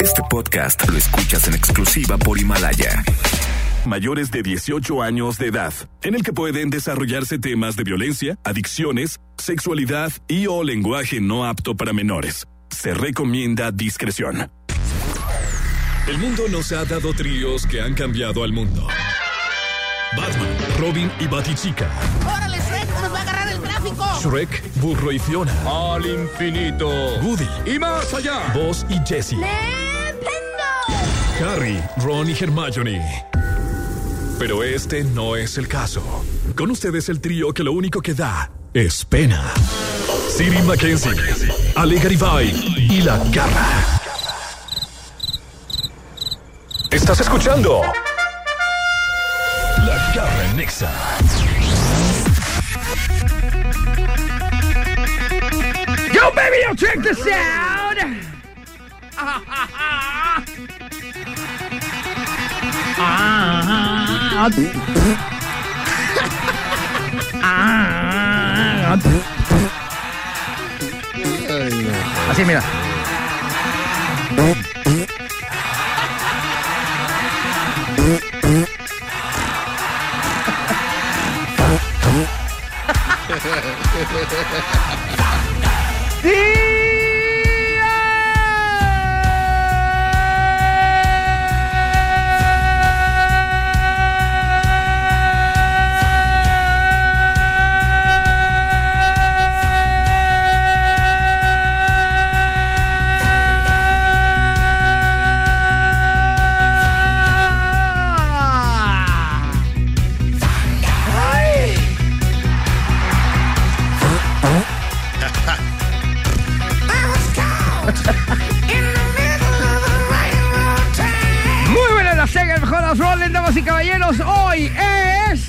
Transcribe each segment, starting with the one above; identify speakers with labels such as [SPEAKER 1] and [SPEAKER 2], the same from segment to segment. [SPEAKER 1] Este podcast lo escuchas en exclusiva por Himalaya.
[SPEAKER 2] Mayores de 18 años de edad, en el que pueden desarrollarse temas de violencia, adicciones, sexualidad y o lenguaje no apto para menores. Se recomienda discreción. El mundo nos ha dado tríos que han cambiado al mundo. Batman, Robin y Batichica.
[SPEAKER 3] ¡Órale, Shrek! ¡Nos va a agarrar el tráfico!
[SPEAKER 2] Shrek, Burro y Fiona.
[SPEAKER 4] Al infinito.
[SPEAKER 2] Woody.
[SPEAKER 4] Y más allá.
[SPEAKER 2] Vos y Jesse.
[SPEAKER 3] ¡Nintendo!
[SPEAKER 2] Harry, Ron y Hermione. Pero este no es el caso. Con ustedes el trío que lo único que da es pena. Siri Mackenzie, Ale Garibay y La Garra. Estás escuchando La Garra Nexa.
[SPEAKER 5] Yo, baby, yo, check this out. Así, mira. Muy buenas las tengan, mejor las roles, damas y caballeros. Hoy es.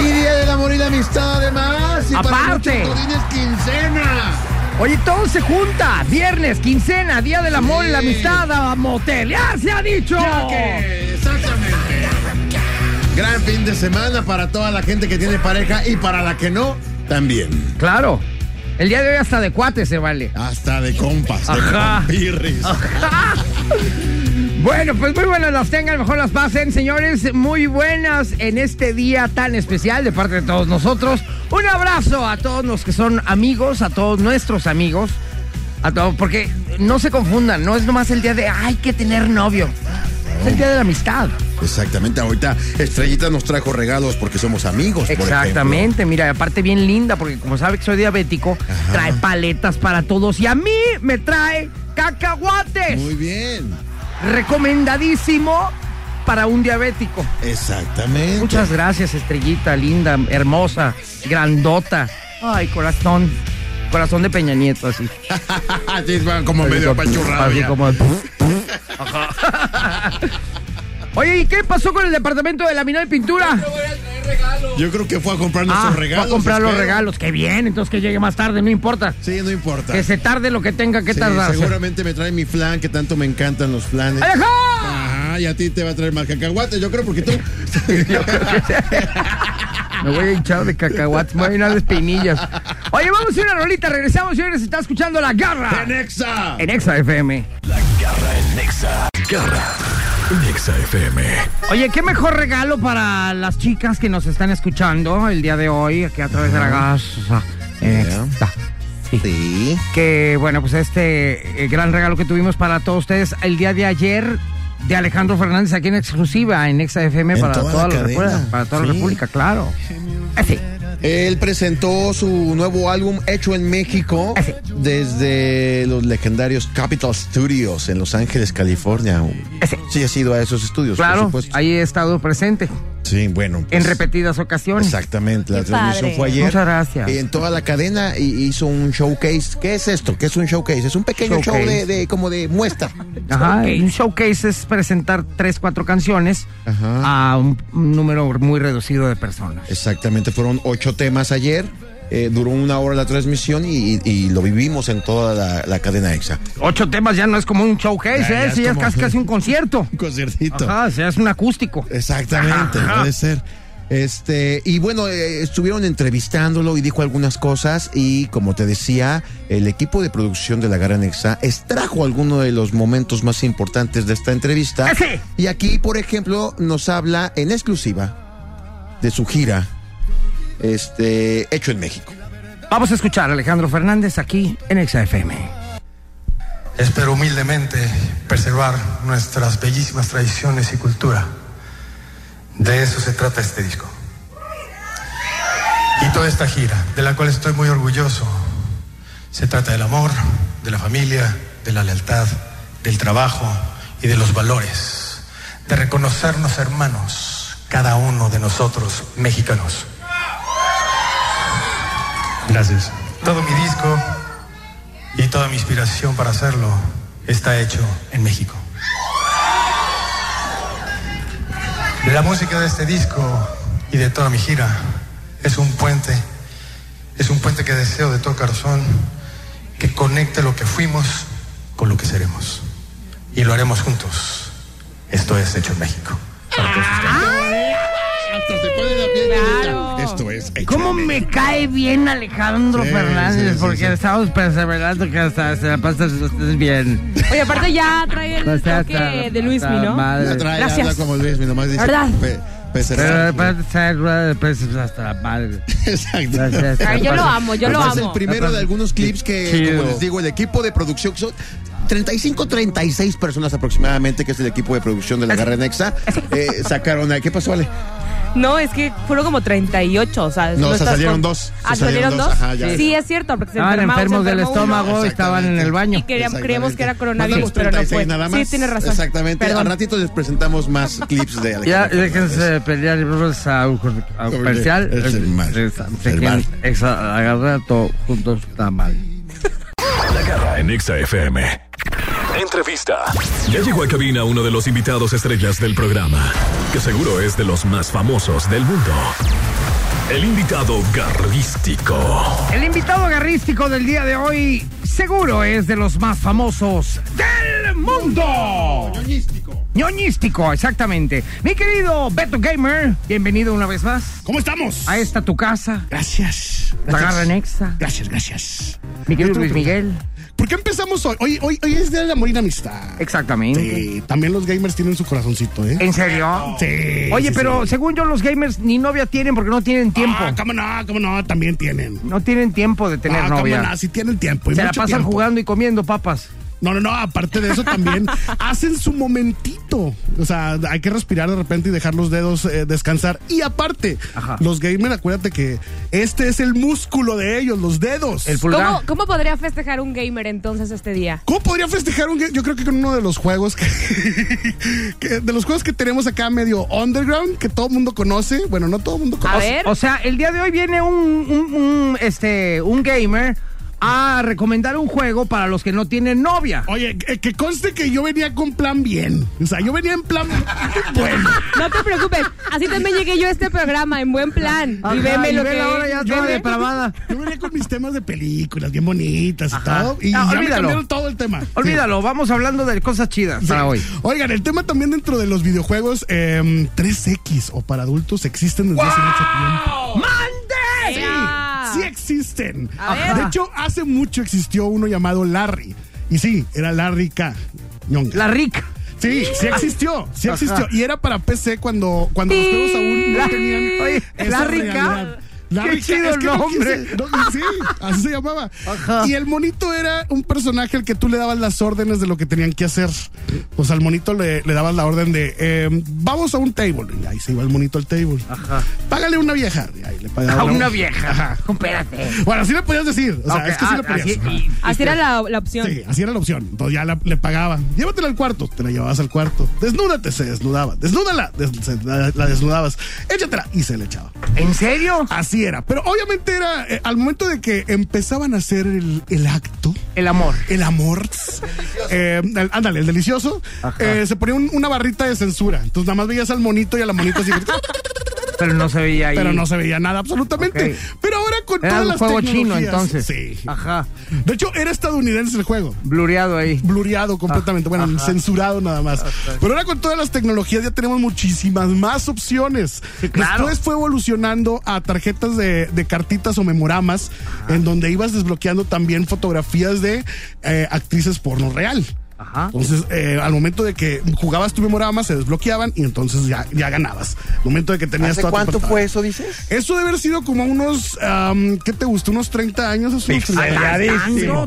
[SPEAKER 6] Y Día del Amor y la Amistad, además. Y
[SPEAKER 5] Aparte.
[SPEAKER 6] Para muchos godines, quincena.
[SPEAKER 5] Oye, todo se junta. Viernes, quincena, día del amor y la amistad, a motel. ¡Ya se ha dicho!
[SPEAKER 6] Eh, Exactamente. Gran fin de semana para toda la gente que tiene pareja y para la que no, también.
[SPEAKER 5] Claro. El día de hoy hasta de cuate se vale.
[SPEAKER 6] Hasta de compas, de
[SPEAKER 5] Ajá.
[SPEAKER 6] compirris.
[SPEAKER 5] Bueno, pues muy buenas las tengan, mejor las pasen, señores. Muy buenas en este día tan especial de parte de todos nosotros. Un abrazo a todos los que son amigos, a todos nuestros amigos. A todos, porque no se confundan, no es nomás el día de hay que tener novio. Es el día de la amistad.
[SPEAKER 6] Exactamente, ahorita Estrellita nos trajo regalos porque somos amigos, por ejemplo.
[SPEAKER 5] Exactamente, mira, aparte bien linda, porque como sabe que soy diabético, trae paletas para todos y a mí me trae cacahuates.
[SPEAKER 6] Muy bien.
[SPEAKER 5] Recomendadísimo para un diabético.
[SPEAKER 6] Exactamente.
[SPEAKER 5] Muchas gracias, estrellita, linda, hermosa, grandota. Ay, corazón. Corazón de Peña Nieto, así.
[SPEAKER 6] Así es, como medio apachurrado.
[SPEAKER 5] Así
[SPEAKER 6] ya.
[SPEAKER 5] como- Ajá. Oye, ¿y qué pasó con el departamento de la mina de pintura?
[SPEAKER 6] Yo creo que fue a comprar
[SPEAKER 5] Ah,
[SPEAKER 6] nuestros
[SPEAKER 5] va
[SPEAKER 6] regalos.
[SPEAKER 5] a comprar los
[SPEAKER 6] espero.
[SPEAKER 5] regalos. Qué bien, entonces que llegue más tarde, no importa.
[SPEAKER 6] Sí, no importa.
[SPEAKER 5] Que se tarde lo que tenga que
[SPEAKER 6] Sí,
[SPEAKER 5] tardarse.
[SPEAKER 6] seguramente me trae mi flan, que tanto me encantan los flanes.
[SPEAKER 5] ¡Alejo!
[SPEAKER 6] Ajá, y a ti te va a traer más cacahuates, yo creo, porque tú.
[SPEAKER 5] Me voy a hinchar de cacahuates, me voy a llenar de espinillas. Oye, vamos a una rolita, regresamos, señores, está escuchando La Garra
[SPEAKER 6] ¡Nexa!
[SPEAKER 5] en Exa FM.
[SPEAKER 2] Garra en Nexa. Garra Nexa FM.
[SPEAKER 5] Oye, qué mejor regalo para las chicas que nos están escuchando el día de hoy, aquí a través de la gasa. Eh,
[SPEAKER 6] Yeah.
[SPEAKER 5] está. Sí.
[SPEAKER 6] Sí.
[SPEAKER 5] Que bueno, pues este eh, gran regalo que tuvimos para todos ustedes el día de ayer de Alejandro Fernández aquí en exclusiva en Exa FM
[SPEAKER 6] En
[SPEAKER 5] para
[SPEAKER 6] toda la
[SPEAKER 5] toda, la,
[SPEAKER 6] cadena.
[SPEAKER 5] República, para toda la
[SPEAKER 6] Sí.
[SPEAKER 5] República, claro. Eh, Así.
[SPEAKER 6] Él presentó su nuevo álbum hecho en México
[SPEAKER 5] Ese.
[SPEAKER 6] desde los legendarios Capital Studios en Los Ángeles, California.
[SPEAKER 5] Ese.
[SPEAKER 6] Sí, ha sido a esos estudios,
[SPEAKER 5] Claro,
[SPEAKER 6] por supuesto.
[SPEAKER 5] ahí he estado presente
[SPEAKER 6] Sí, bueno.
[SPEAKER 5] en
[SPEAKER 6] pues,
[SPEAKER 5] repetidas ocasiones.
[SPEAKER 6] Exactamente, la
[SPEAKER 3] Qué
[SPEAKER 6] transmisión
[SPEAKER 3] padre.
[SPEAKER 6] fue ayer.
[SPEAKER 5] Muchas gracias.
[SPEAKER 6] En toda la cadena y hizo un showcase. ¿Qué es esto? ¿Qué es un showcase? Es un pequeño show
[SPEAKER 5] Showcase.
[SPEAKER 6] de, de- como de muestra.
[SPEAKER 5] Ajá, un showcase es presentar tres, cuatro canciones
[SPEAKER 6] Ajá.
[SPEAKER 5] a un, un número muy reducido de personas.
[SPEAKER 6] Exactamente, fueron ocho temas ayer. eh, duró una hora la transmisión y, y- y lo vivimos en toda la, la cadena EXA.
[SPEAKER 5] Ocho temas ya no es como un showcase,
[SPEAKER 6] Ya, ya
[SPEAKER 5] ¿eh?
[SPEAKER 6] es
[SPEAKER 5] Sí, es
[SPEAKER 6] como-
[SPEAKER 5] casi, casi un concierto.
[SPEAKER 6] Un conciertito.
[SPEAKER 5] Ajá, o sea, es un acústico.
[SPEAKER 6] Exactamente,
[SPEAKER 5] Ajá.
[SPEAKER 6] puede ser. Este, y bueno, eh, estuvieron entrevistándolo y dijo algunas cosas. Y como te decía, el equipo de producción de la Gran Exa extrajo algunos de los momentos más importantes de esta entrevista.
[SPEAKER 5] ¡Ese!
[SPEAKER 6] Y aquí, por ejemplo, nos habla en exclusiva de su gira este, hecho en México.
[SPEAKER 5] Vamos a escuchar a Alejandro Fernández aquí en XFM.
[SPEAKER 7] Espero humildemente preservar nuestras bellísimas tradiciones y cultura. De eso se trata este disco. Y toda esta gira, de la cual estoy muy orgulloso. Se trata del amor, de la familia, de la lealtad, del trabajo y de los valores. De reconocernos hermanos, cada uno de nosotros mexicanos. Gracias. Todo mi disco y toda mi inspiración para hacerlo está hecho en México. La música de este disco y de toda mi gira es un puente, es un puente que deseo de todo corazón que conecte lo que fuimos con lo que seremos. Y lo haremos juntos. Esto es hecho en México.
[SPEAKER 6] Esto es hecho
[SPEAKER 5] ¿Cómo me cae bien Alejandro
[SPEAKER 6] Sí,
[SPEAKER 5] Fernández?
[SPEAKER 6] sí, sí,
[SPEAKER 5] porque
[SPEAKER 6] sí.
[SPEAKER 5] estamos perseverando que hasta se la pasas ustedes bien.
[SPEAKER 8] Oye, aparte ya trae el
[SPEAKER 5] O sea,
[SPEAKER 8] toque
[SPEAKER 5] hasta-
[SPEAKER 8] de Luismi,
[SPEAKER 5] hasta
[SPEAKER 8] ¿no?
[SPEAKER 5] madre.
[SPEAKER 6] La trae,
[SPEAKER 8] Gracias.
[SPEAKER 6] habla como Luis, mi nomás dice.
[SPEAKER 8] ¿Verdad?
[SPEAKER 6] pe-
[SPEAKER 5] Pero
[SPEAKER 6] pecerado.
[SPEAKER 5] después de ser hasta la madre.
[SPEAKER 6] Exacto.
[SPEAKER 5] Gracias.
[SPEAKER 8] Ay, yo lo amo, yo lo
[SPEAKER 6] Además,
[SPEAKER 8] amo.
[SPEAKER 6] el primero de algunos clips que,
[SPEAKER 5] Chido.
[SPEAKER 6] como les digo, el equipo de producción son 35, 36 personas aproximadamente, que es el equipo de producción de la Garra Nexa, eh, sacaron ahí. ¿Qué pasó, Ale?
[SPEAKER 8] No, es que fueron como 38, o sea...
[SPEAKER 6] No, se
[SPEAKER 8] estás
[SPEAKER 6] salieron
[SPEAKER 8] con-
[SPEAKER 6] dos, se
[SPEAKER 8] Ah,
[SPEAKER 6] salieron
[SPEAKER 8] salieron
[SPEAKER 6] dos,
[SPEAKER 8] dos.
[SPEAKER 6] ajá, ya.
[SPEAKER 8] Sí, es cierto, porque se
[SPEAKER 5] Estaban
[SPEAKER 8] enfermaba, se
[SPEAKER 5] enfermos del
[SPEAKER 8] enfermó uno.
[SPEAKER 5] estómago y estaban en el
[SPEAKER 8] Y
[SPEAKER 5] baño.
[SPEAKER 8] queríamos-
[SPEAKER 6] Exactamente.
[SPEAKER 8] creíamos que era
[SPEAKER 6] Mandamos
[SPEAKER 8] coronavirus, pero no
[SPEAKER 6] 36
[SPEAKER 8] fue.
[SPEAKER 6] nada más.
[SPEAKER 8] Sí, tienes razón.
[SPEAKER 6] Exactamente.
[SPEAKER 8] Perdón.
[SPEAKER 6] Al ratito les presentamos más clips de Alejandro
[SPEAKER 5] Ya,
[SPEAKER 6] Fernández.
[SPEAKER 5] déjense pelear y vamos a un cor- a un
[SPEAKER 6] Sobre
[SPEAKER 5] comercial. Este,
[SPEAKER 6] el celular.
[SPEAKER 5] Se
[SPEAKER 6] Celular.
[SPEAKER 5] quieren exa- agarrar todo juntos está mal.
[SPEAKER 2] En Exa FM. Entrevista. Ya llegó a cabina uno de los invitados estrellas del programa, que seguro es de los más famosos del mundo. El invitado garrístico.
[SPEAKER 5] El invitado garrístico del día de hoy seguro es de los más famosos del mundo. Ñoñístico. Ñoñístico, exactamente. Mi querido Beto Gamer, bienvenido una vez más
[SPEAKER 9] ¿Cómo estamos?
[SPEAKER 5] a esta tu casa,
[SPEAKER 9] Gracias.
[SPEAKER 5] la garra nexa.
[SPEAKER 9] Gracias, gracias.
[SPEAKER 5] Mi querido Luis Miguel,
[SPEAKER 9] ¿Por qué empezamos hoy? Hoy, hoy, hoy es Día del Amor y la Amistad.
[SPEAKER 5] exactamente.
[SPEAKER 9] Sí, también los gamers tienen su corazoncito, ¿eh?
[SPEAKER 5] ¿En serio?
[SPEAKER 9] Sí,
[SPEAKER 5] Oye,
[SPEAKER 9] sí,
[SPEAKER 5] pero
[SPEAKER 9] sí.
[SPEAKER 5] según yo los gamers ni novia tienen porque no tienen tiempo.
[SPEAKER 9] Ah, cómo no, cómo no, también tienen.
[SPEAKER 5] No tienen tiempo de tener
[SPEAKER 9] ah, cómo
[SPEAKER 5] novia.
[SPEAKER 9] no, sí tienen tiempo. y
[SPEAKER 5] Se la
[SPEAKER 9] mucho
[SPEAKER 5] pasan
[SPEAKER 9] tiempo.
[SPEAKER 5] jugando y comiendo papas.
[SPEAKER 9] No, no, no, aparte de eso también hacen su momentito. O sea, hay que respirar de repente y dejar los dedos eh, descansar. Y aparte,
[SPEAKER 5] Ajá.
[SPEAKER 9] los gamers, acuérdate que este es el músculo de ellos, los dedos.
[SPEAKER 5] El pulgar.
[SPEAKER 8] ¿Cómo, ¿Cómo podría festejar un gamer entonces este día?
[SPEAKER 9] ¿Cómo podría festejar un ga- Yo creo que con uno de los juegos que, que- de los juegos que tenemos acá medio underground, que todo el mundo conoce. Bueno, no todo el mundo
[SPEAKER 8] A
[SPEAKER 9] conoce.
[SPEAKER 8] ver,
[SPEAKER 5] O sea, el día de hoy viene un, un- un, este, un gamer a recomendar un juego para los que no tienen novia.
[SPEAKER 9] Oye, que, que conste que yo venía con plan bien. O sea, yo venía en plan bueno.
[SPEAKER 8] no te preocupes. Así también llegué yo a este programa, en buen plan.
[SPEAKER 5] Ajá,
[SPEAKER 8] y veme
[SPEAKER 5] y
[SPEAKER 8] lo
[SPEAKER 5] ve
[SPEAKER 8] que...
[SPEAKER 5] la hora ya toda
[SPEAKER 8] veme.
[SPEAKER 5] depravada.
[SPEAKER 9] Yo venía con mis temas de películas bien bonitas y
[SPEAKER 5] Ajá.
[SPEAKER 9] todo. Y
[SPEAKER 5] Ah,
[SPEAKER 9] ya me
[SPEAKER 5] olvídalo.
[SPEAKER 9] cambiaron todo el tema. Sí.
[SPEAKER 5] Olvídalo, vamos hablando de cosas chidas para hoy.
[SPEAKER 9] Oigan, el tema también dentro de los videojuegos em, 3X o para adultos existen desde hace mucho tiempo.
[SPEAKER 5] ¡Mande!
[SPEAKER 8] Ah.
[SPEAKER 9] sí existen.
[SPEAKER 8] A ver.
[SPEAKER 9] De hecho, hace mucho existió uno llamado Larry. Y sí, era Larry K. Ñonga.
[SPEAKER 5] La rica.
[SPEAKER 9] Sí, sí existió, sí existió. Y era para PC cuando, cuando los juegos aún
[SPEAKER 5] La-
[SPEAKER 9] no tenían
[SPEAKER 5] Oye,
[SPEAKER 9] esa
[SPEAKER 5] Larry K.
[SPEAKER 9] realidad.
[SPEAKER 5] Qué
[SPEAKER 9] Larry K,
[SPEAKER 5] chido
[SPEAKER 9] es que no
[SPEAKER 5] nombre.
[SPEAKER 9] quise- no, sí, así se llamaba.
[SPEAKER 5] Ajá.
[SPEAKER 9] Y el monito era un personaje al que tú le dabas las órdenes de lo que tenían que hacer. O sea, al monito le, le dabas la orden de eh, vamos a un table. Y ahí se iba el monito al table.
[SPEAKER 5] Ajá.
[SPEAKER 9] Págale una vieja. Y ahí le pagaba
[SPEAKER 5] A una
[SPEAKER 9] Ajá.
[SPEAKER 5] vieja. Espérate.
[SPEAKER 9] Bueno, sí le podías decir. O sea,
[SPEAKER 5] Ok,
[SPEAKER 9] es que sí
[SPEAKER 5] ah,
[SPEAKER 9] le podías.
[SPEAKER 5] así-
[SPEAKER 9] Ajá.
[SPEAKER 5] y-
[SPEAKER 8] Así era la, la opción.
[SPEAKER 9] Sí, así era la opción. Entonces ya la- le pagaba. Llévatela al cuarto. Te la llevabas al cuarto. Desnúdate, se desnudaba. Desnúdala, des- se- la, la desnudabas. Échatela y se le echaba.
[SPEAKER 5] ¿En serio?
[SPEAKER 9] Así era. Pero obviamente era eh, al momento de que empezaban a hacer el, el acto.
[SPEAKER 5] El amor.
[SPEAKER 9] El amor. Eh, el- ándale, el delicioso.
[SPEAKER 5] Ajá.
[SPEAKER 9] eh, se ponía un- una barrita de censura. Entonces nada más veías al monito y a la monita así.
[SPEAKER 5] Pero no se veía ahí.
[SPEAKER 9] Pero no se veía nada absolutamente.
[SPEAKER 5] Ok.
[SPEAKER 9] Pero ahora con
[SPEAKER 5] Era
[SPEAKER 9] todas
[SPEAKER 5] un
[SPEAKER 9] las
[SPEAKER 5] juego chino,
[SPEAKER 9] tecnologías-
[SPEAKER 5] entonces.
[SPEAKER 9] Sí.
[SPEAKER 5] Ajá.
[SPEAKER 9] De hecho, era estadounidense el juego.
[SPEAKER 5] Blureado ahí.
[SPEAKER 9] Blureado completamente, bueno, censurado nada más. Pero ahora con todas las tecnologías ya tenemos muchísimas más opciones.
[SPEAKER 5] Sí, claro.
[SPEAKER 9] Después fue evolucionando a tarjetas de, de cartitas o memoramas, en donde ibas desbloqueando también fotografías de eh, actrices porno real.
[SPEAKER 5] Ajá.
[SPEAKER 9] Entonces, eh, al momento de que jugabas tu memorama, se desbloqueaban y entonces ya, ya ganabas. Al momento de que tenías
[SPEAKER 6] ¿Hace
[SPEAKER 9] toda tu
[SPEAKER 6] cuánto
[SPEAKER 9] pantalla.
[SPEAKER 6] fue eso, dices?
[SPEAKER 9] Eso debe haber sido como unos, am, ¿qué te gustó? Unos 30 años. hace unos 30 años.
[SPEAKER 5] Pixeleadísimo.
[SPEAKER 9] Pixeleadísimo.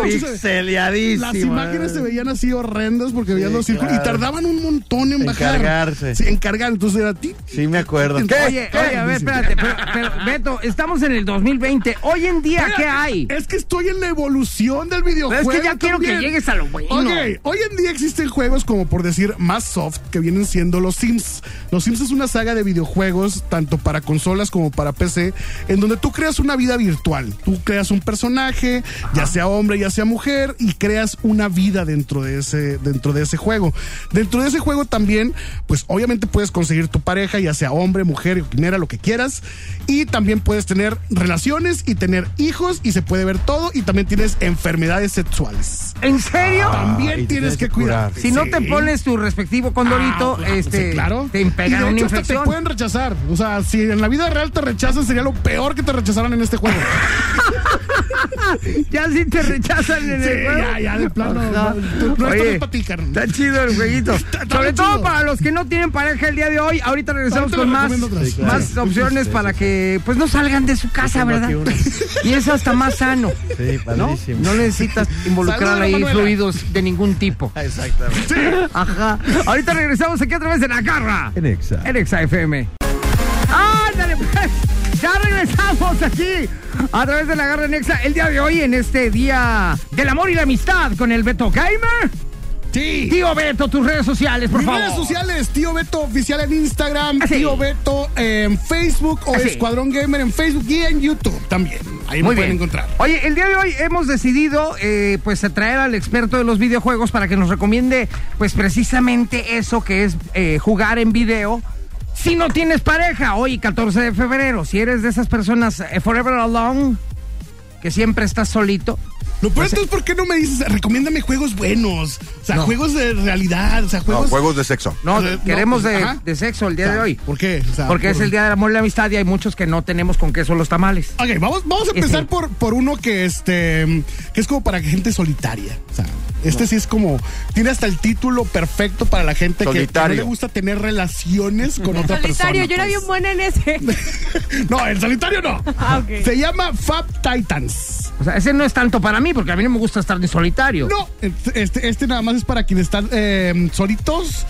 [SPEAKER 5] ¿Tanto?
[SPEAKER 9] Entonces, las imágenes se veían así horrendas porque veían los círculos y tardaban un montón en
[SPEAKER 6] En
[SPEAKER 9] bajar.
[SPEAKER 6] cargarse.
[SPEAKER 9] Sí, en cargar. Entonces era ti.
[SPEAKER 6] Sí, me acuerdo.
[SPEAKER 9] ¿Qué?
[SPEAKER 5] Oye, oye, a ver, espérate, pero, pero, Beto, estamos en el 2020. Hoy en día, ¿qué hay?
[SPEAKER 9] Es que estoy en la evolución del
[SPEAKER 5] Pero
[SPEAKER 9] videojuego.
[SPEAKER 5] es que ya quiero que
[SPEAKER 9] también.
[SPEAKER 5] llegues a lo bueno.
[SPEAKER 9] Ok, hoy en día existen juegos como por decir más soft que vienen siendo los Sims. Los Sims es una saga de videojuegos tanto para consolas como para PC en donde tú creas una vida virtual. Tú creas un personaje, ya sea hombre, ya sea mujer y creas una vida dentro de ese dentro de ese juego. Dentro de ese juego también, pues obviamente puedes conseguir tu pareja, ya sea hombre, mujer, quimera, lo que quieras y también puedes tener relaciones y tener hijos y se puede ver todo y también tienes enfermedades sexuales.
[SPEAKER 5] ¿En serio?
[SPEAKER 9] También
[SPEAKER 6] y te
[SPEAKER 9] tienes
[SPEAKER 6] tienes
[SPEAKER 9] que
[SPEAKER 6] que curar.
[SPEAKER 9] cuidar. Ah, pues,
[SPEAKER 5] Si no te pones tu respectivo condorito, este, te
[SPEAKER 9] y
[SPEAKER 5] pegan
[SPEAKER 9] de
[SPEAKER 5] una
[SPEAKER 9] hecho, hasta te
[SPEAKER 5] infección.
[SPEAKER 9] pueden rechazar. O sea, si en la vida real te rechazan, sería lo peor que te rechazaran en este juego.
[SPEAKER 5] Ya si te rechazan en
[SPEAKER 9] Sí,
[SPEAKER 5] el juego.
[SPEAKER 9] ya, ya, de plano.
[SPEAKER 5] Ajá.
[SPEAKER 9] No, no, esto
[SPEAKER 5] Oye,
[SPEAKER 9] no es para ti, carnal.
[SPEAKER 5] Está chido el jueguito.
[SPEAKER 9] está
[SPEAKER 5] Sobre
[SPEAKER 9] bien
[SPEAKER 5] todo
[SPEAKER 9] chido.
[SPEAKER 5] para los que no tienen pareja el día de hoy. Ahorita regresamos
[SPEAKER 9] Ahorita
[SPEAKER 5] con
[SPEAKER 9] les
[SPEAKER 5] más,
[SPEAKER 9] recomiendo otras. Sí, claro.
[SPEAKER 5] más opciones para que pues no salgan de su casa, ¿verdad? Y eso hasta más sano.
[SPEAKER 6] Sí,
[SPEAKER 5] ¿no?
[SPEAKER 6] padrísimo.
[SPEAKER 5] no necesitas involucrar
[SPEAKER 9] Saludos,
[SPEAKER 5] ahí
[SPEAKER 9] Manuela.
[SPEAKER 5] fluidos de ningún tipo.
[SPEAKER 6] Exactamente.
[SPEAKER 5] Ajá. Ahorita regresamos aquí otra vez en la garra.
[SPEAKER 6] En Exa.
[SPEAKER 5] En Exa FM. ¡Ándale, pues! Ya regresamos aquí a través de la garra en Exa. El día de hoy, en este día del amor y la amistad con el Beto Gamer.
[SPEAKER 9] Sí.
[SPEAKER 5] Tío Beto, tus redes sociales, por
[SPEAKER 9] Mis
[SPEAKER 5] favor. Ah,
[SPEAKER 9] redes sociales, tío Beto oficial en Instagram,
[SPEAKER 5] Así.
[SPEAKER 9] tío Beto en Facebook o
[SPEAKER 5] Así.
[SPEAKER 9] Escuadrón Gamer en Facebook y en YouTube también. Ahí me
[SPEAKER 5] Ah, Muy
[SPEAKER 9] pueden
[SPEAKER 5] bien.
[SPEAKER 9] encontrar.
[SPEAKER 5] Oye, el día de hoy hemos decidido eh, pues traer al experto de los videojuegos para que nos recomiende pues precisamente eso que es eh, jugar en video. Si no tienes pareja, hoy 14 de febrero, si eres de esas personas eh, forever alone, que siempre estás solito,
[SPEAKER 9] Lo pronto es por qué no me dices, recomiéndame juegos buenos, o sea, juegos de realidad, o sea, juegos...
[SPEAKER 10] juegos de sexo.
[SPEAKER 5] no,
[SPEAKER 9] Eh, no,
[SPEAKER 5] queremos
[SPEAKER 9] pues,
[SPEAKER 5] de,
[SPEAKER 9] ajá.
[SPEAKER 5] de sexo el día de hoy.
[SPEAKER 9] ¿Por qué? O sea,
[SPEAKER 5] Porque es
[SPEAKER 9] por-
[SPEAKER 5] el día del amor y la amistad y hay muchos que no tenemos con queso los tamales.
[SPEAKER 9] Ok, vamos, vamos a empezar
[SPEAKER 5] Este.
[SPEAKER 9] por, por uno que este que es como para gente solitaria. O sea, este sí es como. Tiene hasta el título perfecto para la gente que- que
[SPEAKER 10] Solitario.
[SPEAKER 9] no le gusta tener relaciones con otra
[SPEAKER 8] Solitario,
[SPEAKER 9] persona.
[SPEAKER 8] yo era bien buena en ese.
[SPEAKER 9] pues. No, el solitario no.
[SPEAKER 8] Ah, ok.
[SPEAKER 9] Se llama Fab Titans.
[SPEAKER 5] O sea, ese no es tanto para mí, porque a mí no me gusta estar ni solitario.
[SPEAKER 9] No, este, este nada más es para quienes están eh, solitos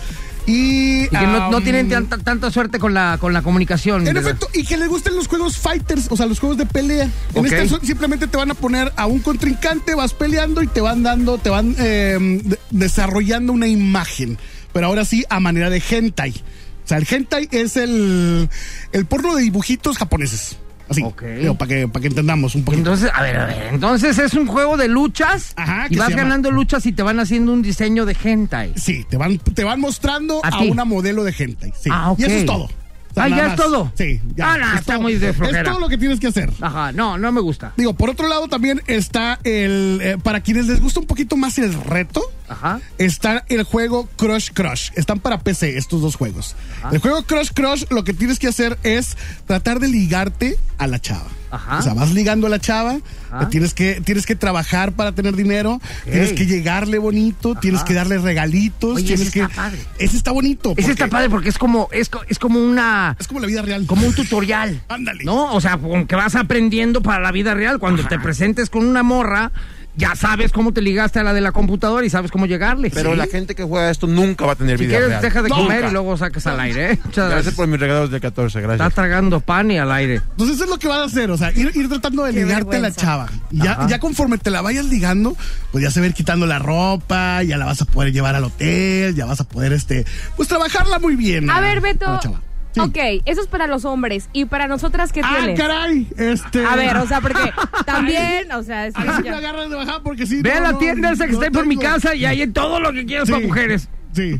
[SPEAKER 9] y.
[SPEAKER 5] Y que no, no
[SPEAKER 9] am,
[SPEAKER 5] tienen tanta, tanta suerte con la, con la comunicación.
[SPEAKER 9] Mm. En
[SPEAKER 5] ¿verdad?
[SPEAKER 9] efecto, y que les gusten los juegos fighters, o sea, los juegos de pelea.
[SPEAKER 5] Ok.
[SPEAKER 9] En este caso, simplemente te van a poner a un contrincante, vas peleando y te van dando, te van eh, de- desarrollando una imagen. Pero ahora sí, a manera de hentai. O sea, el hentai es el, el porno de dibujitos japoneses. Así,
[SPEAKER 5] Ok.
[SPEAKER 9] para que, para que entendamos un poquito.
[SPEAKER 5] Entonces, a ver, a ver. Entonces es un juego de luchas.
[SPEAKER 9] Ajá,
[SPEAKER 5] y
[SPEAKER 9] que
[SPEAKER 5] vas
[SPEAKER 9] se llama-
[SPEAKER 5] ganando luchas y te van haciendo un diseño de hentai.
[SPEAKER 9] Sí, te van, te van mostrando
[SPEAKER 5] ¿A
[SPEAKER 9] a,
[SPEAKER 5] ti?
[SPEAKER 9] una modelo de hentai. Sí.
[SPEAKER 5] Ah, ok.
[SPEAKER 9] Y eso es todo. O sea,
[SPEAKER 5] Ah,
[SPEAKER 9] nada
[SPEAKER 5] ¿ya es
[SPEAKER 9] más.
[SPEAKER 5] todo?
[SPEAKER 9] Sí, ya.
[SPEAKER 5] Ah, no,
[SPEAKER 9] es
[SPEAKER 5] está
[SPEAKER 9] todo.
[SPEAKER 5] muy de flojera.
[SPEAKER 9] Es todo lo que tienes que hacer.
[SPEAKER 5] Ajá, no, no me gusta.
[SPEAKER 9] Digo, por otro lado también está el, eh, para quienes les gusta un poquito más el reto,
[SPEAKER 5] Ajá.
[SPEAKER 9] está el juego Crush Crush. Están para PC estos dos juegos. El juego Crush Crush lo que tienes que hacer es tratar de ligarte a la chava.
[SPEAKER 5] Ajá.
[SPEAKER 9] O sea, vas ligando a la chava,
[SPEAKER 5] Ajá.
[SPEAKER 9] tienes que, tienes que trabajar para tener dinero, tienes que llegarle bonito, tienes que darle regalitos,
[SPEAKER 5] Oye, ese
[SPEAKER 9] tienes que...
[SPEAKER 5] está padre.
[SPEAKER 9] Ese está bonito.
[SPEAKER 5] Ese está
[SPEAKER 9] porque
[SPEAKER 5] padre porque es como, es, co- es como una.
[SPEAKER 9] Es como la vida real.
[SPEAKER 5] Como un tutorial.
[SPEAKER 9] Ándale.
[SPEAKER 5] ¿No? O sea, con que vas aprendiendo para la vida real. Cuando te presentes con una morra, ya sabes cómo te ligaste a la de la computadora y sabes cómo llegarle.
[SPEAKER 6] Pero
[SPEAKER 5] Sí.
[SPEAKER 6] la gente que juega esto nunca va a tener
[SPEAKER 5] Si
[SPEAKER 6] vida
[SPEAKER 5] quieres,
[SPEAKER 6] real.
[SPEAKER 5] deja de
[SPEAKER 6] Nunca.
[SPEAKER 5] comer y luego sacas al aire, ¿eh? Muchas
[SPEAKER 6] Gracias por mis regalos del 14,
[SPEAKER 5] Está
[SPEAKER 6] gracias.
[SPEAKER 5] tragando pan y al aire.
[SPEAKER 9] Entonces Pues eso es lo que vas a hacer, o sea, ir, ir tratando de
[SPEAKER 8] Qué
[SPEAKER 9] ligarte a la
[SPEAKER 8] vergüenza.
[SPEAKER 9] chava. Y Ya, ya conforme te la vayas ligando, pues ya se va a ir quitando la ropa, ya la vas a poder llevar al hotel, ya vas a poder, este, pues trabajarla muy bien.
[SPEAKER 8] A ver,
[SPEAKER 9] la
[SPEAKER 8] Beto.
[SPEAKER 9] chava. Sí.
[SPEAKER 8] Ok, eso es para los hombres. ¿Y para nosotras qué
[SPEAKER 9] Ah,
[SPEAKER 8] tienes?
[SPEAKER 9] caray, este.
[SPEAKER 8] A ver, o sea, porque también, o sea, es
[SPEAKER 9] Ahí sí
[SPEAKER 8] ya-
[SPEAKER 9] me agarras de bajada porque sí.
[SPEAKER 5] Ve a
[SPEAKER 9] no,
[SPEAKER 5] la
[SPEAKER 9] no,
[SPEAKER 5] tienda esa que
[SPEAKER 9] no
[SPEAKER 5] está ahí por mi
[SPEAKER 9] tengo.
[SPEAKER 5] casa y ahí hay todo lo que quieras para
[SPEAKER 9] Sí.
[SPEAKER 5] mujeres.
[SPEAKER 9] Sí. eh,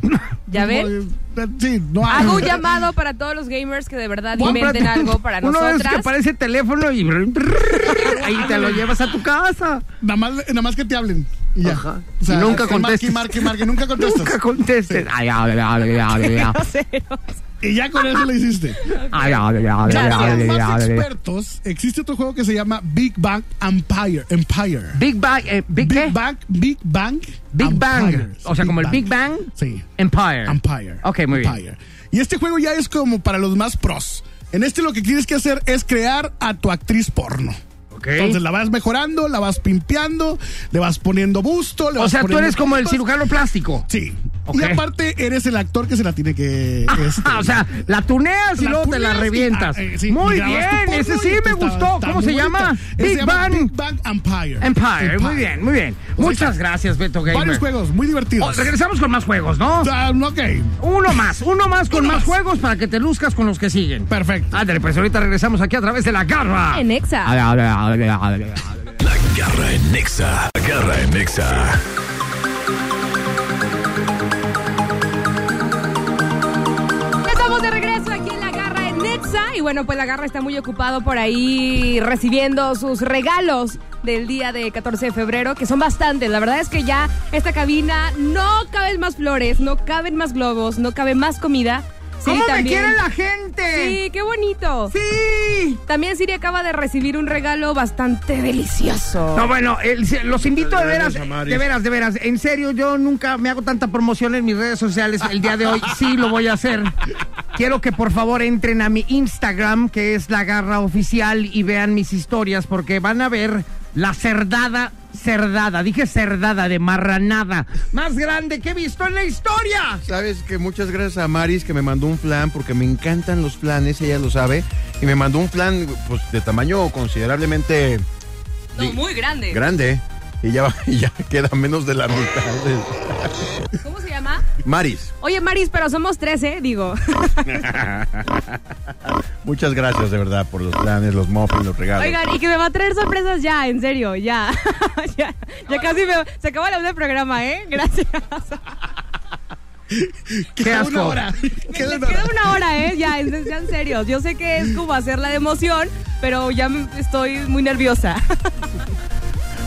[SPEAKER 8] ¿Ya ven?
[SPEAKER 9] Sí, no
[SPEAKER 8] Hago un llamado para todos los gamers que de verdad
[SPEAKER 5] Cómprate
[SPEAKER 8] inventen algo
[SPEAKER 5] un-
[SPEAKER 8] para
[SPEAKER 5] uno de esos que
[SPEAKER 8] nosotras.
[SPEAKER 5] aparece el teléfono y ahí te lo llevas a tu casa.
[SPEAKER 9] Nada más, nada más que te hablen. Y ya.
[SPEAKER 5] Ajá. Y nunca
[SPEAKER 9] marque,
[SPEAKER 5] contestes.
[SPEAKER 9] Marque, marque, marque, nunca contestas.
[SPEAKER 5] Nunca contestes. Ay, ay, ay, ay, ay,
[SPEAKER 9] Y ya con eso lo hiciste.
[SPEAKER 5] ay, ay, ay,
[SPEAKER 9] Ya para los
[SPEAKER 5] ay,
[SPEAKER 9] más
[SPEAKER 5] ay, ay.
[SPEAKER 9] expertos, existe otro juego que se llama Big Bang Empire. Empire.
[SPEAKER 5] Big Bang, eh, Big,
[SPEAKER 9] Big
[SPEAKER 5] qué?
[SPEAKER 9] Bang, Big Bang,
[SPEAKER 5] Big Bang.
[SPEAKER 9] Empires.
[SPEAKER 5] O sea, como el Big Bang
[SPEAKER 9] Sí.
[SPEAKER 5] Empire.
[SPEAKER 9] Empire.
[SPEAKER 5] Ok, muy bien.
[SPEAKER 9] Empire. Y este juego ya es como para los más pros. En este lo que tienes que hacer es crear a tu actriz porno.
[SPEAKER 5] Ok.
[SPEAKER 9] Entonces la vas mejorando, la vas pimpeando, le vas poniendo busto. Le
[SPEAKER 5] o
[SPEAKER 9] vas
[SPEAKER 5] sea, tú
[SPEAKER 9] poniendo
[SPEAKER 5] eres como el
[SPEAKER 9] pompas.
[SPEAKER 5] cirujano plástico.
[SPEAKER 9] Sí.
[SPEAKER 5] Ok.
[SPEAKER 9] Y aparte eres el actor que se la tiene que. este,
[SPEAKER 5] Ah, o sea, la tuneas y
[SPEAKER 9] la
[SPEAKER 5] luego te la
[SPEAKER 9] pulidas y-
[SPEAKER 5] revientas.
[SPEAKER 9] ah, eh, sí,
[SPEAKER 5] Muy
[SPEAKER 9] y grabas tu
[SPEAKER 5] bien,
[SPEAKER 9] porno
[SPEAKER 5] ese
[SPEAKER 9] y
[SPEAKER 5] sí
[SPEAKER 9] está-
[SPEAKER 5] me gustó.
[SPEAKER 9] está
[SPEAKER 5] ¿Cómo
[SPEAKER 9] muy
[SPEAKER 5] se
[SPEAKER 9] bonito.
[SPEAKER 5] llama?
[SPEAKER 9] Ese se
[SPEAKER 5] Big
[SPEAKER 9] llama
[SPEAKER 5] Bang
[SPEAKER 9] Big Bang Empire. Pues
[SPEAKER 5] Empire. Muy bien, muy bien. Muchas gracias, Beto
[SPEAKER 9] Varios
[SPEAKER 5] Gamer.
[SPEAKER 9] juegos muy
[SPEAKER 5] Oh,
[SPEAKER 9] divertidos.
[SPEAKER 5] regresamos con más juegos, ¿no?
[SPEAKER 9] Ah, ok,
[SPEAKER 5] Uno más, uno más con
[SPEAKER 9] Uno
[SPEAKER 5] más
[SPEAKER 9] más.
[SPEAKER 5] juegos para que te luzcas con los que siguen.
[SPEAKER 9] perfecto.
[SPEAKER 5] Ándale, pues ahorita regresamos aquí a través de la garra.
[SPEAKER 8] En Exa.
[SPEAKER 5] Ale, ale, ale, ale, ale.
[SPEAKER 2] La garra en Nexa. La garra en Nexa.
[SPEAKER 8] Estamos de regreso aquí en La Garra en Nexa. Y bueno, pues La Garra está muy ocupado por ahí recibiendo sus regalos del día de 14 de febrero, que son bastantes. La verdad es que ya esta cabina no caben más flores, no caben más globos, no cabe más comida. Sí,
[SPEAKER 5] ¿Cómo me
[SPEAKER 8] también-
[SPEAKER 5] quiere la gente?
[SPEAKER 8] Sí, qué bonito.
[SPEAKER 5] Sí.
[SPEAKER 8] También Siri acaba de recibir un regalo bastante delicioso.
[SPEAKER 5] No, bueno, el- se- los invito de veras,
[SPEAKER 4] Regalos a Maris.
[SPEAKER 5] de veras, de veras. En serio, yo nunca me hago tanta promoción en mis redes sociales. El día de hoy sí lo voy a hacer. Quiero que por favor entren a mi Instagram, que es la garra oficial, y vean mis historias, porque van a ver la cerdada, cerdada, dije cerdada de marranada, más grande que he visto en la historia.
[SPEAKER 6] Sabes que muchas gracias a Maris que me mandó un flan porque me encantan los flanes, ella lo sabe. Y me mandó un flan pues, de tamaño considerablemente
[SPEAKER 8] No, muy grande.
[SPEAKER 6] grande. Y ya, y ya queda menos de la mitad. de-
[SPEAKER 8] ¿Cómo se llama?
[SPEAKER 6] Maris,
[SPEAKER 8] Oye, Maris, pero somos 13, digo.
[SPEAKER 6] muchas gracias de verdad por los flanes, los muffins, los regalos.
[SPEAKER 8] Oigan, y que me va a traer sorpresas ya, en serio, ya. ya, ya casi me, se acaba la hora del programa, ¿eh? Gracias.
[SPEAKER 5] Qué
[SPEAKER 9] Queda una
[SPEAKER 5] asco.
[SPEAKER 9] hora. Queda
[SPEAKER 8] Les
[SPEAKER 9] una
[SPEAKER 8] queda
[SPEAKER 9] hora.
[SPEAKER 8] una hora, ¿eh? Ya, en- sean serios. Yo sé que es como hacer la de emoción, pero ya me- estoy muy nerviosa.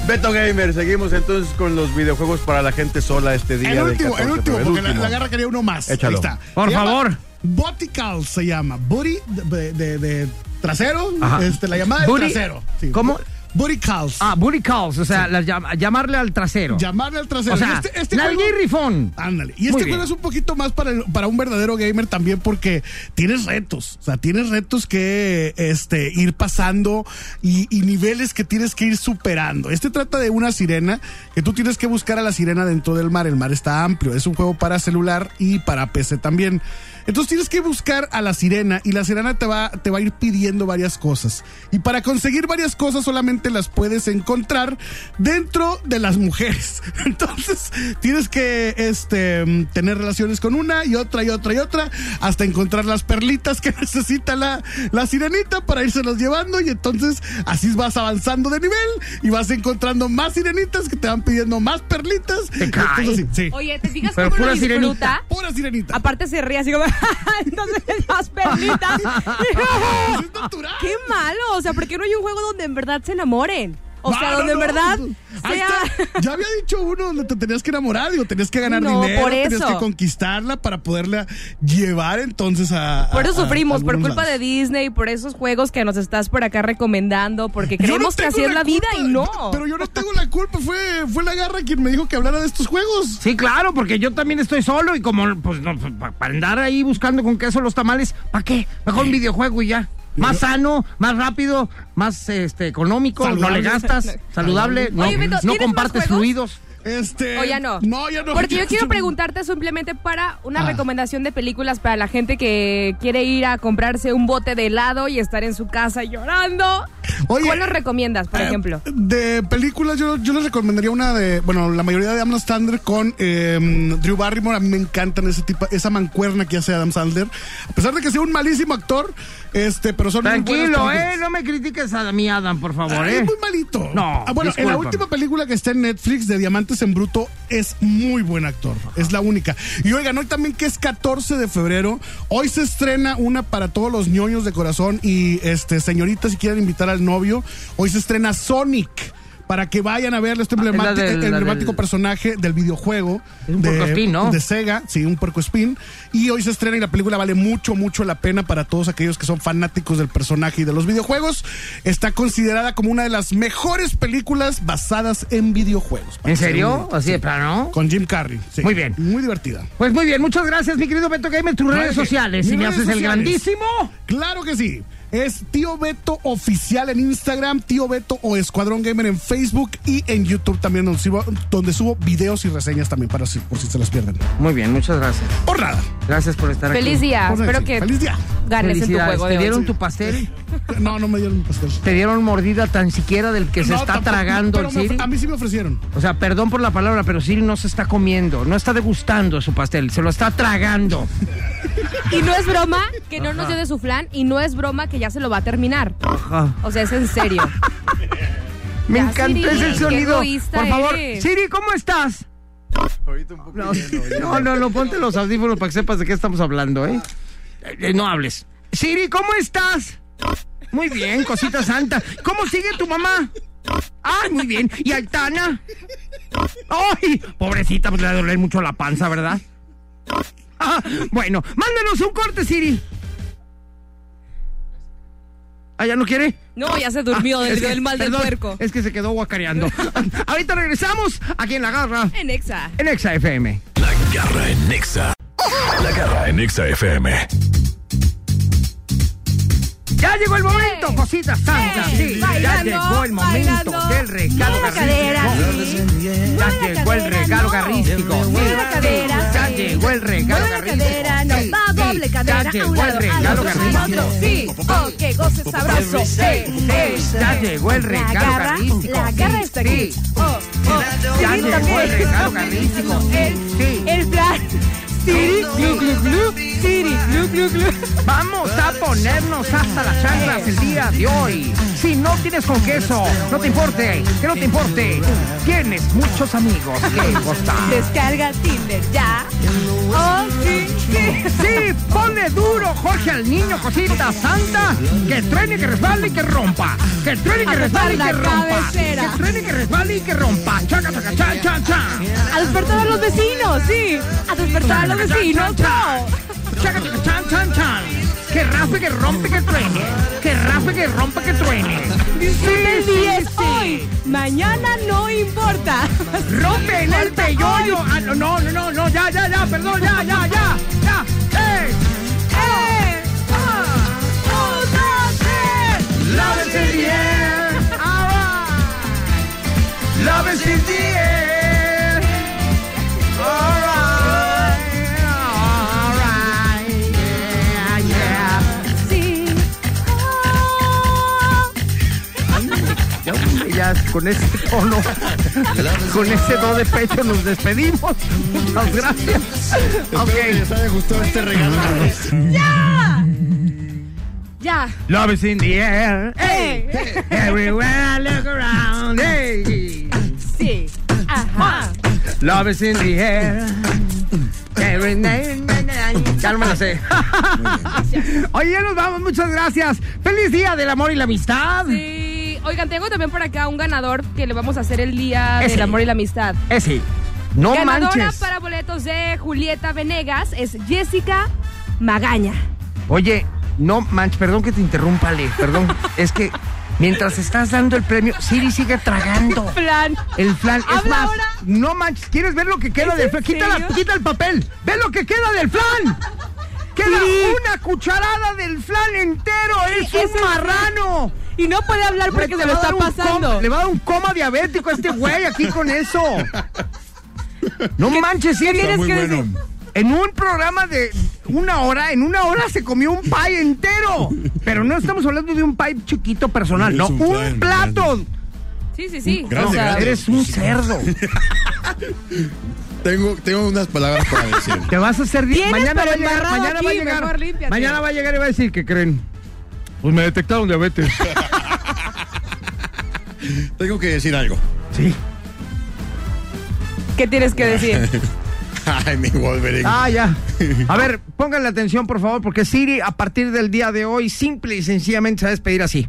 [SPEAKER 6] Beto Gamer, seguimos entonces con los videojuegos para la gente sola este día.
[SPEAKER 9] El
[SPEAKER 6] del
[SPEAKER 9] último, el
[SPEAKER 6] 14, pero
[SPEAKER 9] último,
[SPEAKER 6] el
[SPEAKER 9] porque la-
[SPEAKER 6] último.
[SPEAKER 9] La, garra quería uno más.
[SPEAKER 6] Échalo.
[SPEAKER 9] Ahí está.
[SPEAKER 5] Por
[SPEAKER 9] llama
[SPEAKER 5] favor.
[SPEAKER 9] Botical se llama. Booty de, de- de trasero.
[SPEAKER 5] Ajá.
[SPEAKER 9] Este, la llamada
[SPEAKER 5] Booty-
[SPEAKER 9] de trasero. Sí.
[SPEAKER 5] ¿Cómo?
[SPEAKER 9] Booty calls.
[SPEAKER 5] Ah, booty calls, o sea, las llam- llamarle al trasero.
[SPEAKER 9] Llamarle al trasero.
[SPEAKER 5] o sea,
[SPEAKER 9] Y este, este
[SPEAKER 5] nalga
[SPEAKER 9] juego-
[SPEAKER 5] y rifón.
[SPEAKER 9] Ándale. Y
[SPEAKER 5] Muy
[SPEAKER 9] este
[SPEAKER 5] bien.
[SPEAKER 9] juego es un poquito más para, el- para un verdadero gamer también porque tienes retos. O sea, tienes retos que este, ir pasando y, y niveles que tienes que ir superando. Este trata de una sirena que tú tienes que buscar a la sirena dentro del mar. El mar está amplio. Es un juego para celular y para PC también. Entonces tienes que buscar a la sirena y la sirena te va, te va a ir pidiendo varias cosas. Y para conseguir varias cosas solamente las puedes encontrar dentro de las mujeres. Entonces tienes que este, mm, tener relaciones con una y otra y otra y otra hasta encontrar las perlitas que necesita la, la sirenita para irselas llevando. Y entonces así vas avanzando de nivel y vas encontrando más sirenitas que te van pidiendo más perlitas.
[SPEAKER 5] Te cae.
[SPEAKER 9] Entonces, sí, sí.
[SPEAKER 8] Oye, ¿te fijas
[SPEAKER 5] Pero
[SPEAKER 8] cómo lo
[SPEAKER 5] pura
[SPEAKER 8] disfruta?
[SPEAKER 5] sirenita.
[SPEAKER 9] Pura sirenita.
[SPEAKER 8] Aparte se ríe así como, entonces las perlitas.
[SPEAKER 9] Pues es natural.
[SPEAKER 8] Qué malo, o sea, ¿por qué no hay un juego donde en verdad se enamoren? O sea,
[SPEAKER 9] No,
[SPEAKER 8] donde
[SPEAKER 9] no,
[SPEAKER 8] en
[SPEAKER 9] no.
[SPEAKER 8] verdad
[SPEAKER 9] Ahí
[SPEAKER 8] sea...
[SPEAKER 9] está. Ya había dicho uno donde te tenías que enamorar, digo, tenías que ganar
[SPEAKER 8] No,
[SPEAKER 9] dinero,
[SPEAKER 8] por
[SPEAKER 9] tenías
[SPEAKER 8] eso.
[SPEAKER 9] que conquistarla para poderla llevar entonces a. a-
[SPEAKER 8] Por eso
[SPEAKER 9] a-
[SPEAKER 8] sufrimos,
[SPEAKER 9] a
[SPEAKER 8] por
[SPEAKER 9] Ah, algunos
[SPEAKER 8] culpa de
[SPEAKER 9] lados.
[SPEAKER 8] Disney, por esos juegos que nos estás por acá recomendando, porque
[SPEAKER 9] Yo no
[SPEAKER 8] creemos que
[SPEAKER 9] tengo
[SPEAKER 8] así es la vida
[SPEAKER 9] culpa,
[SPEAKER 8] y no.
[SPEAKER 9] Pero yo no tengo la culpa, fue, fue la garra quien me dijo que hablara de estos juegos.
[SPEAKER 5] Sí, claro, porque yo también estoy solo y como, pues, no, pues, pa- para andar ahí buscando con queso los tamales, ¿para qué? Mejor un videojuego y ya. Más sano, más rápido, más este, económico, no le
[SPEAKER 9] Saludable.
[SPEAKER 5] gastas, saludable, no,
[SPEAKER 8] Oye, Beto,
[SPEAKER 5] no
[SPEAKER 8] ¿tienes
[SPEAKER 5] compartes
[SPEAKER 8] más juegos?
[SPEAKER 5] fluidos.
[SPEAKER 9] Este.
[SPEAKER 8] O ya no.
[SPEAKER 9] No, ya no.
[SPEAKER 8] Porque
[SPEAKER 9] Ya
[SPEAKER 8] yo quiero
[SPEAKER 9] no.
[SPEAKER 8] preguntarte simplemente para una
[SPEAKER 9] Ah.
[SPEAKER 8] recomendación de películas para la gente que quiere ir a comprarse un bote de helado y estar en su casa llorando.
[SPEAKER 9] Oye,
[SPEAKER 8] ¿Cuál nos recomiendas, por
[SPEAKER 9] Eh,
[SPEAKER 8] ejemplo?
[SPEAKER 9] De películas, yo, yo les recomendaría una de. Bueno, la mayoría de Adam Sandler con eh, Drew Barrymore. A mí me encantan ese tipo, esa mancuerna que hace Adam Sandler. A pesar de que sea un malísimo actor, este, pero son. muy
[SPEAKER 5] Tranquilo, eh,
[SPEAKER 9] buenas películas.
[SPEAKER 5] no me critiques a mi Adam, por favor,
[SPEAKER 9] Ah,
[SPEAKER 5] eh.
[SPEAKER 9] Es muy malito.
[SPEAKER 5] No,
[SPEAKER 9] Ah, bueno, en la
[SPEAKER 5] discúlpame.
[SPEAKER 9] última película que está en Netflix de Diamante Diamantes en Bruto es muy buen actor. Es la única. Y oigan, hoy también que es 14 de febrero, hoy se estrena una para todos los ñoños de corazón y este señoritas si quieren invitar al novio, hoy se estrena Sonic. Para que vayan a ver este
[SPEAKER 5] Ah, es la
[SPEAKER 9] emblemático,
[SPEAKER 5] del- la
[SPEAKER 9] emblemático
[SPEAKER 5] del-
[SPEAKER 9] personaje del videojuego
[SPEAKER 5] Es un puercoespín, ¿no?
[SPEAKER 9] de Sega, sí, un puerco spin. Y hoy se estrena y la película vale mucho, mucho la pena para todos aquellos que son fanáticos del personaje y de los videojuegos. Está considerada como una de las mejores películas basadas en videojuegos.
[SPEAKER 5] ¿En serio? Así de plano.
[SPEAKER 9] Con Jim Carrey. sí.
[SPEAKER 5] Muy bien.
[SPEAKER 9] Muy divertida.
[SPEAKER 5] Pues muy bien, muchas gracias, mi querido Beto Gamer, tus redes
[SPEAKER 9] Oye,
[SPEAKER 5] sociales. Si
[SPEAKER 9] mis
[SPEAKER 5] me
[SPEAKER 9] redes
[SPEAKER 5] haces el
[SPEAKER 9] sociales.
[SPEAKER 5] grandísimo.
[SPEAKER 9] Claro que sí. Es Tío Beto Oficial en Instagram, Tío Beto o Escuadrón Gamer en Facebook y en YouTube también, donde subo, donde subo videos y reseñas también para si, por si se las pierden.
[SPEAKER 5] Muy bien, muchas gracias.
[SPEAKER 9] Por nada.
[SPEAKER 5] Gracias por estar
[SPEAKER 8] Feliz
[SPEAKER 5] aquí.
[SPEAKER 8] día.
[SPEAKER 9] Por nada,
[SPEAKER 8] Espero
[SPEAKER 9] sí.
[SPEAKER 8] que
[SPEAKER 9] ¡Feliz día!
[SPEAKER 8] ganes en tu
[SPEAKER 5] Felicidades.
[SPEAKER 8] juego de
[SPEAKER 5] ¿Te
[SPEAKER 8] hoy.
[SPEAKER 5] dieron tu pastel?
[SPEAKER 9] No, no me dieron un pastel.
[SPEAKER 5] ¿Te dieron mordida tan siquiera del que se
[SPEAKER 9] No,
[SPEAKER 5] está
[SPEAKER 9] tampoco,
[SPEAKER 5] tragando
[SPEAKER 9] pero
[SPEAKER 5] el
[SPEAKER 9] me
[SPEAKER 5] Siri?
[SPEAKER 9] ofre- A mí sí me ofrecieron.
[SPEAKER 5] O sea, perdón por la palabra, pero Siri no se está comiendo, no está degustando su pastel, se lo está tragando.
[SPEAKER 8] Y no es broma que no nos dio de su flan y no es broma que ya se lo va a terminar.
[SPEAKER 5] Ajá.
[SPEAKER 8] O sea, es en serio.
[SPEAKER 5] Me
[SPEAKER 8] Ya,
[SPEAKER 5] encanta
[SPEAKER 8] Siri,
[SPEAKER 5] ese
[SPEAKER 8] qué
[SPEAKER 5] sonido.
[SPEAKER 8] egoísta
[SPEAKER 5] Por favor,
[SPEAKER 8] eres.
[SPEAKER 5] Siri, ¿cómo estás?
[SPEAKER 7] Ahorita un poco
[SPEAKER 5] No, no, no, no, ponte los audífonos para que sepas de qué estamos hablando, ¿eh? Eh, eh, No hables. Siri, ¿cómo estás? Muy bien, cosita santa. ¿Cómo sigue tu mamá? Ay, muy bien. ¿Y Aitana? Ay, pobrecita, pues le va a doler mucho la panza, ¿verdad? Ah, bueno, mándanos un corte, Siri. ¿Ah, ya no quiere? Ah,
[SPEAKER 8] No, ya se durmió del,
[SPEAKER 5] Es que-
[SPEAKER 8] del mal del
[SPEAKER 5] perdón,
[SPEAKER 8] puerco.
[SPEAKER 5] Es que se quedó guacareando. Ahorita regresamos aquí en La Garra,
[SPEAKER 8] En Exa.
[SPEAKER 5] en Exa FM.
[SPEAKER 2] La garra en Nexa. La garra en Nexa FM.
[SPEAKER 5] Ya llegó el momento, cosita santa.
[SPEAKER 8] ¡Ey!
[SPEAKER 5] Sí, ya
[SPEAKER 8] Bailando,
[SPEAKER 5] llegó el momento
[SPEAKER 8] bailando.
[SPEAKER 5] del regalo
[SPEAKER 8] Mueve la cadera,
[SPEAKER 5] garrístico.
[SPEAKER 8] sí.
[SPEAKER 5] Ya
[SPEAKER 8] Mueve la
[SPEAKER 5] llegó el
[SPEAKER 8] cadera,
[SPEAKER 5] regalo
[SPEAKER 8] no.
[SPEAKER 5] garrístico.
[SPEAKER 8] Mueve la cadera,
[SPEAKER 5] Ya
[SPEAKER 8] sí.
[SPEAKER 5] llegó el regalo
[SPEAKER 8] Mueve la
[SPEAKER 5] garrístico.
[SPEAKER 8] cadera, nos
[SPEAKER 5] Sí,
[SPEAKER 8] va, doble
[SPEAKER 5] sí,
[SPEAKER 8] cadera,
[SPEAKER 5] Ya
[SPEAKER 8] a
[SPEAKER 5] llegó
[SPEAKER 8] un
[SPEAKER 5] el
[SPEAKER 8] lado, al
[SPEAKER 5] regalo
[SPEAKER 8] otro, al
[SPEAKER 5] garrístico.
[SPEAKER 8] otro. Sí, oh, que goce sabroso. Sí, sí.
[SPEAKER 5] Ya llegó el
[SPEAKER 8] La
[SPEAKER 5] regalo
[SPEAKER 8] garra,
[SPEAKER 5] garrístico.
[SPEAKER 8] la garra
[SPEAKER 5] Sí,
[SPEAKER 8] está aquí.
[SPEAKER 5] sí.
[SPEAKER 8] Oh, oh.
[SPEAKER 5] Ya
[SPEAKER 8] Siri
[SPEAKER 5] llegó
[SPEAKER 8] también.
[SPEAKER 5] el regalo garrístico.
[SPEAKER 8] El-
[SPEAKER 5] Sí.
[SPEAKER 8] El plan. Siri, glu, glu, glu. Siri, glu, glu, glu.
[SPEAKER 5] Vamos a ponernos hasta las chanclas el día de hoy. Si no tienes con queso, no te importe, que no te importe. Tienes muchos amigos que gozar.
[SPEAKER 8] Descarga Tinder ya. Oh, sí, sí.
[SPEAKER 5] Sí, ponle duro, Jorge, al niño, cosita santa. Que truene, que resbale y que rompa. Que truene, que
[SPEAKER 8] A
[SPEAKER 5] resbale y
[SPEAKER 8] la
[SPEAKER 5] que rompa.
[SPEAKER 8] cabecera.
[SPEAKER 5] Que truene, que resbale y que rompa. Chaca, chaca, cha, cha, cha.
[SPEAKER 8] A despertar a los vecinos, sí. A despertar a los vecinos, no.
[SPEAKER 5] Chaca, chaca, chan, chan, chan. Que raspe, que rompe, que truene. Que raspe, que rompa, que truene.
[SPEAKER 8] El
[SPEAKER 5] Sí,
[SPEAKER 8] día
[SPEAKER 5] sí,
[SPEAKER 8] es hoy. Mañana no importa.
[SPEAKER 5] Rompe en el peyollo. Ah, no, no, no, no, ya, ya, ya, perdón, ya, ya, ya, ya. ¡Eh!
[SPEAKER 8] ¡Eh! ¡Ah! ¡Un, dos, tres!
[SPEAKER 5] ¡Lávese bien! ¡Lávese bien! All right, all right, yeah, yeah.
[SPEAKER 8] Sí. Ah.
[SPEAKER 5] Ya, hombre, ya con ese tono, con ese do de pecho nos despedimos. Muchas gracias. Ok.
[SPEAKER 6] les haya gustado este regalo.
[SPEAKER 8] Ya.
[SPEAKER 5] Love is in the air.
[SPEAKER 8] ¡Eh!
[SPEAKER 5] Everywhere I look around. Hey.
[SPEAKER 8] Sí.
[SPEAKER 5] Ah.
[SPEAKER 8] Ajá.
[SPEAKER 5] Love is in the air. Every night, na, na, na. Ya no me la sé. Oye, ya nos vamos. Muchas gracias. Feliz día del amor y la amistad.
[SPEAKER 8] Sí. Oigan, tengo también por acá un ganador que le vamos a hacer el día
[SPEAKER 5] Ese.
[SPEAKER 8] del amor y la amistad.
[SPEAKER 5] Ese. Eh, No
[SPEAKER 8] Ganadora
[SPEAKER 5] manches.
[SPEAKER 8] para boletos de Julieta Venegas es Jessica Magaña.
[SPEAKER 5] Oye, no manches. Perdón que te interrumpa, Ale. Perdón. es que mientras estás dando el premio, Siri sigue tragando.
[SPEAKER 8] Plan.
[SPEAKER 5] El flan, es
[SPEAKER 8] Habla
[SPEAKER 5] más,
[SPEAKER 8] ahora.
[SPEAKER 5] no manches, ¿quieres ver lo que queda
[SPEAKER 8] ¿Es
[SPEAKER 5] del
[SPEAKER 8] en
[SPEAKER 5] flan? Quita, la-
[SPEAKER 8] serio?
[SPEAKER 5] quita el papel, ve lo que queda del flan. Queda una cucharada del flan entero, es
[SPEAKER 8] es
[SPEAKER 5] un
[SPEAKER 8] un-
[SPEAKER 5] marrano.
[SPEAKER 8] Y no puede hablar porque
[SPEAKER 5] Le
[SPEAKER 8] se
[SPEAKER 5] va
[SPEAKER 8] lo
[SPEAKER 5] a
[SPEAKER 8] está
[SPEAKER 5] dar un
[SPEAKER 8] pasando.
[SPEAKER 5] coma- le va a dar un coma diabético a este güey aquí con eso. No manches, Siri.
[SPEAKER 8] tienes que decir?
[SPEAKER 5] En un programa de una hora, en una hora se comió un pie entero. Pero no estamos hablando de un pie chiquito personal, no,
[SPEAKER 4] un
[SPEAKER 5] un
[SPEAKER 4] flan,
[SPEAKER 5] plato.
[SPEAKER 8] Sí, sí, sí.
[SPEAKER 4] Grande,
[SPEAKER 8] O sea,
[SPEAKER 4] grande.
[SPEAKER 5] Eres un cerdo.
[SPEAKER 6] Tengo, tengo unas palabras para decir.
[SPEAKER 5] Te vas a hacer di-
[SPEAKER 8] Tienes,
[SPEAKER 5] mañana va
[SPEAKER 8] pero
[SPEAKER 5] a llegar,
[SPEAKER 8] embarrado
[SPEAKER 5] mañana
[SPEAKER 8] aquí,
[SPEAKER 5] va a llegar.
[SPEAKER 8] mejor límpiate.
[SPEAKER 5] Mañana va a llegar y va a decir que creen. Pues me detectaron diabetes.
[SPEAKER 6] Tengo que decir algo.
[SPEAKER 5] sí.
[SPEAKER 8] ¿Qué tienes que decir?
[SPEAKER 6] Ay, mi Wolverine.
[SPEAKER 5] Ah, ya. A ver, pónganle atención, por favor, porque Siri, a partir del día de hoy, simple y sencillamente se va a despedir así.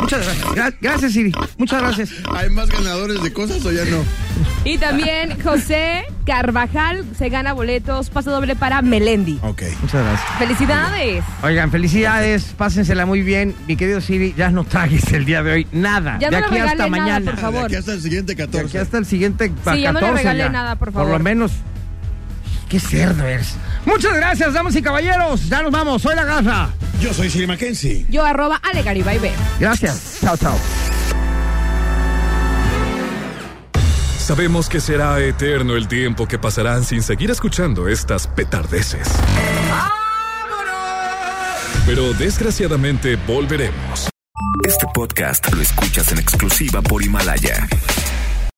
[SPEAKER 5] Muchas gracias. Gra- gracias, Siri. Muchas gracias.
[SPEAKER 6] ¿Hay más ganadores de cosas o ya no?
[SPEAKER 8] Y también José Carvajal se gana boletos, paso doble para Melendi.
[SPEAKER 6] Ok.
[SPEAKER 5] Muchas gracias.
[SPEAKER 8] ¡Felicidades!
[SPEAKER 5] Oigan, felicidades, pásensela muy bien. Mi querido Siri, ya no tragues el día de hoy nada.
[SPEAKER 8] Ya
[SPEAKER 5] de
[SPEAKER 8] no le
[SPEAKER 5] aquí
[SPEAKER 8] regales
[SPEAKER 5] hasta
[SPEAKER 8] nada,
[SPEAKER 5] mañana.
[SPEAKER 8] por
[SPEAKER 6] De
[SPEAKER 8] favor.
[SPEAKER 6] aquí hasta el siguiente
[SPEAKER 5] De
[SPEAKER 6] 14.
[SPEAKER 5] aquí hasta el siguiente pa-
[SPEAKER 8] Pues Sí, ya no le
[SPEAKER 5] 14
[SPEAKER 8] regale nada, por favor.
[SPEAKER 5] Por lo menos. Qué cerdo eres. Muchas gracias, damas y caballeros. Ya nos vamos. Soy la garra.
[SPEAKER 6] Yo soy Siri Mackenzie.
[SPEAKER 8] Yo arroba Ale Garibay B.
[SPEAKER 5] Gracias. Chao, chao.
[SPEAKER 2] Sabemos que será eterno el tiempo que pasarán sin seguir escuchando estas petardeces. Pero desgraciadamente volveremos.
[SPEAKER 1] Este podcast lo escuchas en exclusiva por Himalaya.